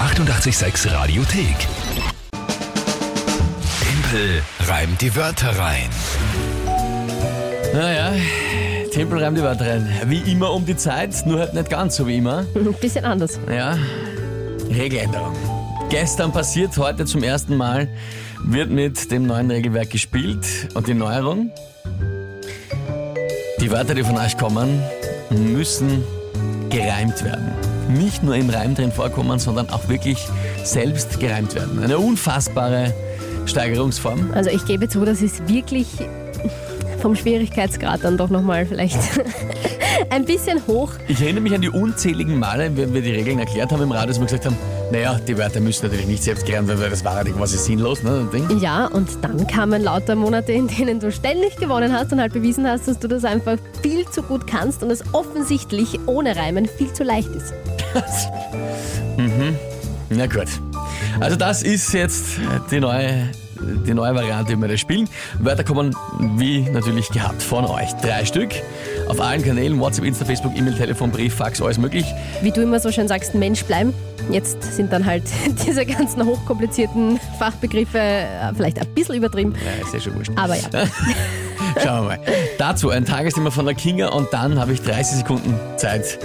886 Radiothek. Tempel reimt die Wörter rein. Naja, Tempel reimt die Wörter rein. Wie immer um die Zeit, nur halt nicht ganz so wie immer. Ein bisschen anders. Ja, Regeländerung. Gestern passiert, heute zum ersten Mal wird mit dem neuen Regelwerk gespielt und die Neuerung. Die Wörter, die von euch kommen, müssen gereimt werden. Nicht nur im Reim drin vorkommen, sondern auch wirklich selbst gereimt werden. Eine unfassbare Steigerungsform. Also ich gebe zu, das ist wirklich vom Schwierigkeitsgrad dann doch nochmal vielleicht ein bisschen hoch. Ich erinnere mich an die unzähligen Male, wenn wir die Regeln erklärt haben im Radio, dass wir gesagt haben, naja, die Wörter müssen natürlich nicht selbst gereimt werden, weil das war ja quasi sinnlos, ne? das Ding. Ja, und dann kamen lauter Monate, in denen du ständig gewonnen hast und halt bewiesen hast, dass du das einfach viel zu gut kannst und es offensichtlich ohne Reimen viel zu leicht ist. Na gut. Also das ist jetzt die neue, die neue Variante, wie wir das spielen. Wörter kommen, wie natürlich gehabt, von euch. Drei Stück. Auf allen Kanälen, WhatsApp, Insta, Facebook, E-Mail, Telefon, Brief, Fax, alles möglich. Wie du immer so schön sagst, Mensch bleiben. Jetzt sind dann halt diese ganzen hochkomplizierten Fachbegriffe äh, vielleicht ein bisschen übertrieben. Ja, ist ja schon wurscht. Aber ja, Schauen wir mal. Dazu ein Tagesthema von der Kinga und dann habe ich 30 Sekunden Zeit,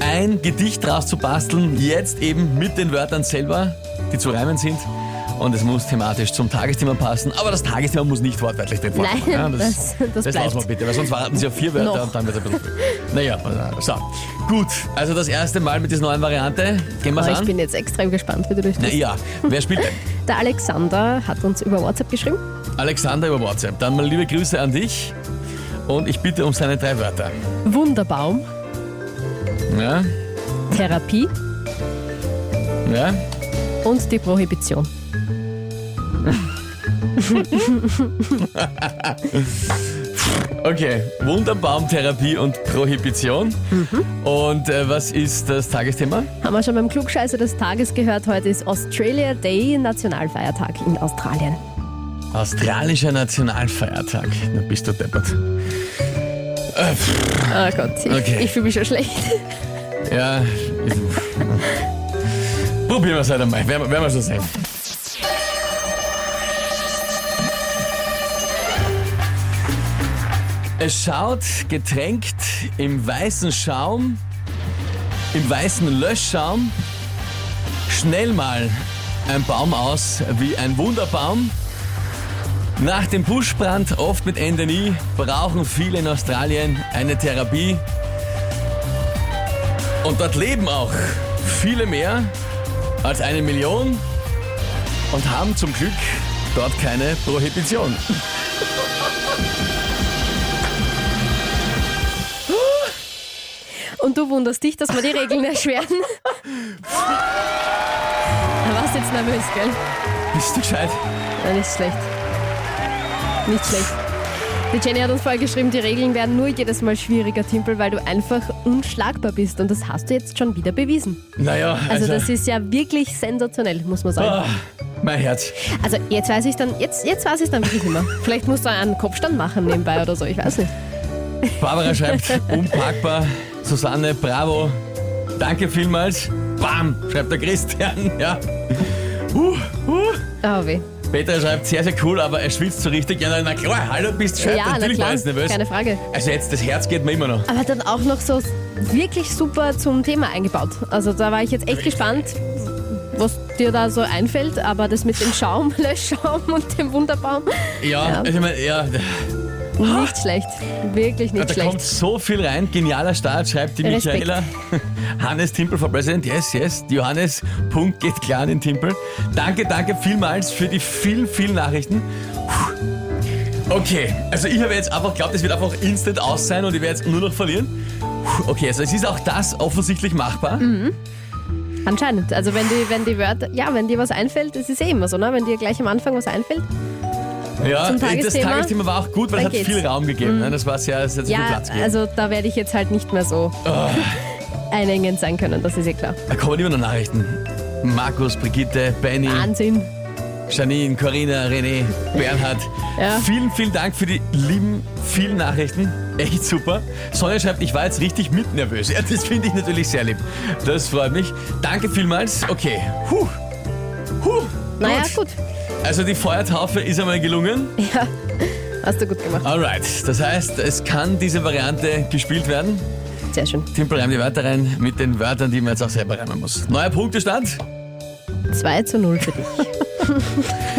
ein Gedicht draus zu basteln. Jetzt eben mit den Wörtern selber, die zu reimen sind. Und es muss thematisch zum Tagesthema passen. Aber das Tagesthema muss nicht wortwörtlich drin vorkommen. Nein, ja, das- das das bleibt. lassen wir bitte, weil sonst warten sie auf vier Wörter Noch. und dann wird es ein bisschen viel. Naja, so. Gut, also das erste Mal mit dieser neuen Variante. Gehen wir aber es Oh, ich an. bin jetzt extrem gespannt, wie du das tust. Naja, wer spielt denn? Der Alexander hat uns über WhatsApp geschrieben. Alexander über WhatsApp. Dann mal liebe Grüße an dich. Und ich bitte um seine drei Wörter. Wunderbaum, Ja, Therapie ja. und die Prohibition. Okay, Wunderbaumtherapie und Prohibition. Und äh, was ist das Tagesthema? Haben wir schon beim Klugscheißer des Tages gehört. Heute ist Australia Day, Nationalfeiertag in Australien. Australischer Nationalfeiertag. Na, bist du deppert. Äh, pff, Oh Gott, ich, Okay. ich fühle mich schon schlecht. ja. Probieren wir es halt einmal. Werden, wir- werden wir schon sehen. Es schaut getränkt im weißen Schaum, im weißen Löschschaum, schnell mal ein Baum aus wie ein Wunderbaum. Nach dem Buschbrand, oft mit Ende nie, brauchen viele in Australien eine Therapie. Und dort leben auch viele mehr als eine Million und haben zum Glück dort keine Prohibition. Und du wunderst dich, dass wir die Regeln erschweren. Da warst du jetzt nervös, gell? Bist du gescheit? Nein, nicht schlecht. Nicht schlecht. Die Jenny hat uns vorher geschrieben, die Regeln werden nur jedes Mal schwieriger, Timpel, weil du einfach unschlagbar bist. Und das hast du jetzt schon wieder bewiesen. Naja, Also, das ist ja wirklich sensationell, muss man sagen. ah, mein Herz. Also jetzt weiß ich dann, jetzt, jetzt weiß ich dann wirklich nicht mehr. Vielleicht musst du einen Kopfstand machen nebenbei oder so, ich weiß nicht. Barbara schreibt, unpackbar. Susanne, bravo. Danke vielmals. Bam, schreibt der Christian. Ja. Uh, uh. Oh weh. Petra schreibt, sehr, sehr cool, aber er schwitzt so richtig. Ja, na, na klar, hallo, bist du gescheit. ja, na Natürlich klar, war ich nervös. keine Frage. Also jetzt, das Herz geht mir immer noch. Aber dann auch noch so wirklich super zum Thema eingebaut. Also da war ich jetzt echt gespannt, was dir da so einfällt, aber das mit dem Schaum, Löschschaum und dem Wunderbaum, Ja, Ja. Also, ich meine, ja. nicht schlecht. Wirklich nicht Ah, Da kommt schlecht. so viel rein. Genialer Start, schreibt die Respekt. Michaela. Hannes Timpel for President. Yes, yes. Die Johannes. Punkt geht klar an den Timpel. Danke, danke vielmals für die vielen, vielen Nachrichten. Puh. Okay, also ich habe jetzt einfach geglaubt, es wird einfach instant aus sein und ich werde jetzt nur noch verlieren. Puh. Okay, also es ist auch das offensichtlich machbar. Mhm. Anscheinend. Also wenn die, wenn die Wörter, ja, wenn dir was einfällt, das ist eh immer so, ne? Wenn dir gleich am Anfang was einfällt. Ja, Zum das Tagesthema? Tagesthema war auch gut, weil es hat Dann geht's. Mhm. viel Raum gegeben. ne? Das war sehr, sehr viel Ja, Platz gegeben. also da werde ich jetzt halt nicht mehr so einengend sein können, das ist eh klar. da kommen immer noch Nachrichten. Markus, Brigitte, Benny. Wahnsinn. Janine, Corinna, René, Bernhard. Ja. Vielen, vielen Dank für die lieben, vielen Nachrichten. echt super. Sonja schreibt, ich war jetzt richtig mit nervös. Ja, das finde ich natürlich sehr lieb. Das freut mich. Danke vielmals. Okay. Huh. Huh. Naja, gut. Also die Feuertaufe ist einmal gelungen. Ja, hast du gut gemacht. Alright. Das heißt, es kann diese Variante gespielt werden. Sehr schön. Timpel reimt die Wörter rein mit den Wörtern, die man jetzt auch selber reimen muss. Neuer Punktestand. 2 zu 0 für dich.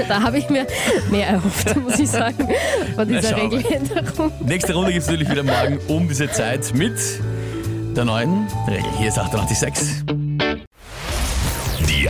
da habe ich mir mehr erhofft, muss ich sagen, von dieser schauen wir. Regeländerung. Nächste Runde gibt es natürlich wieder morgen um diese Zeit mit der neuen Regel. Hier ist 886. Die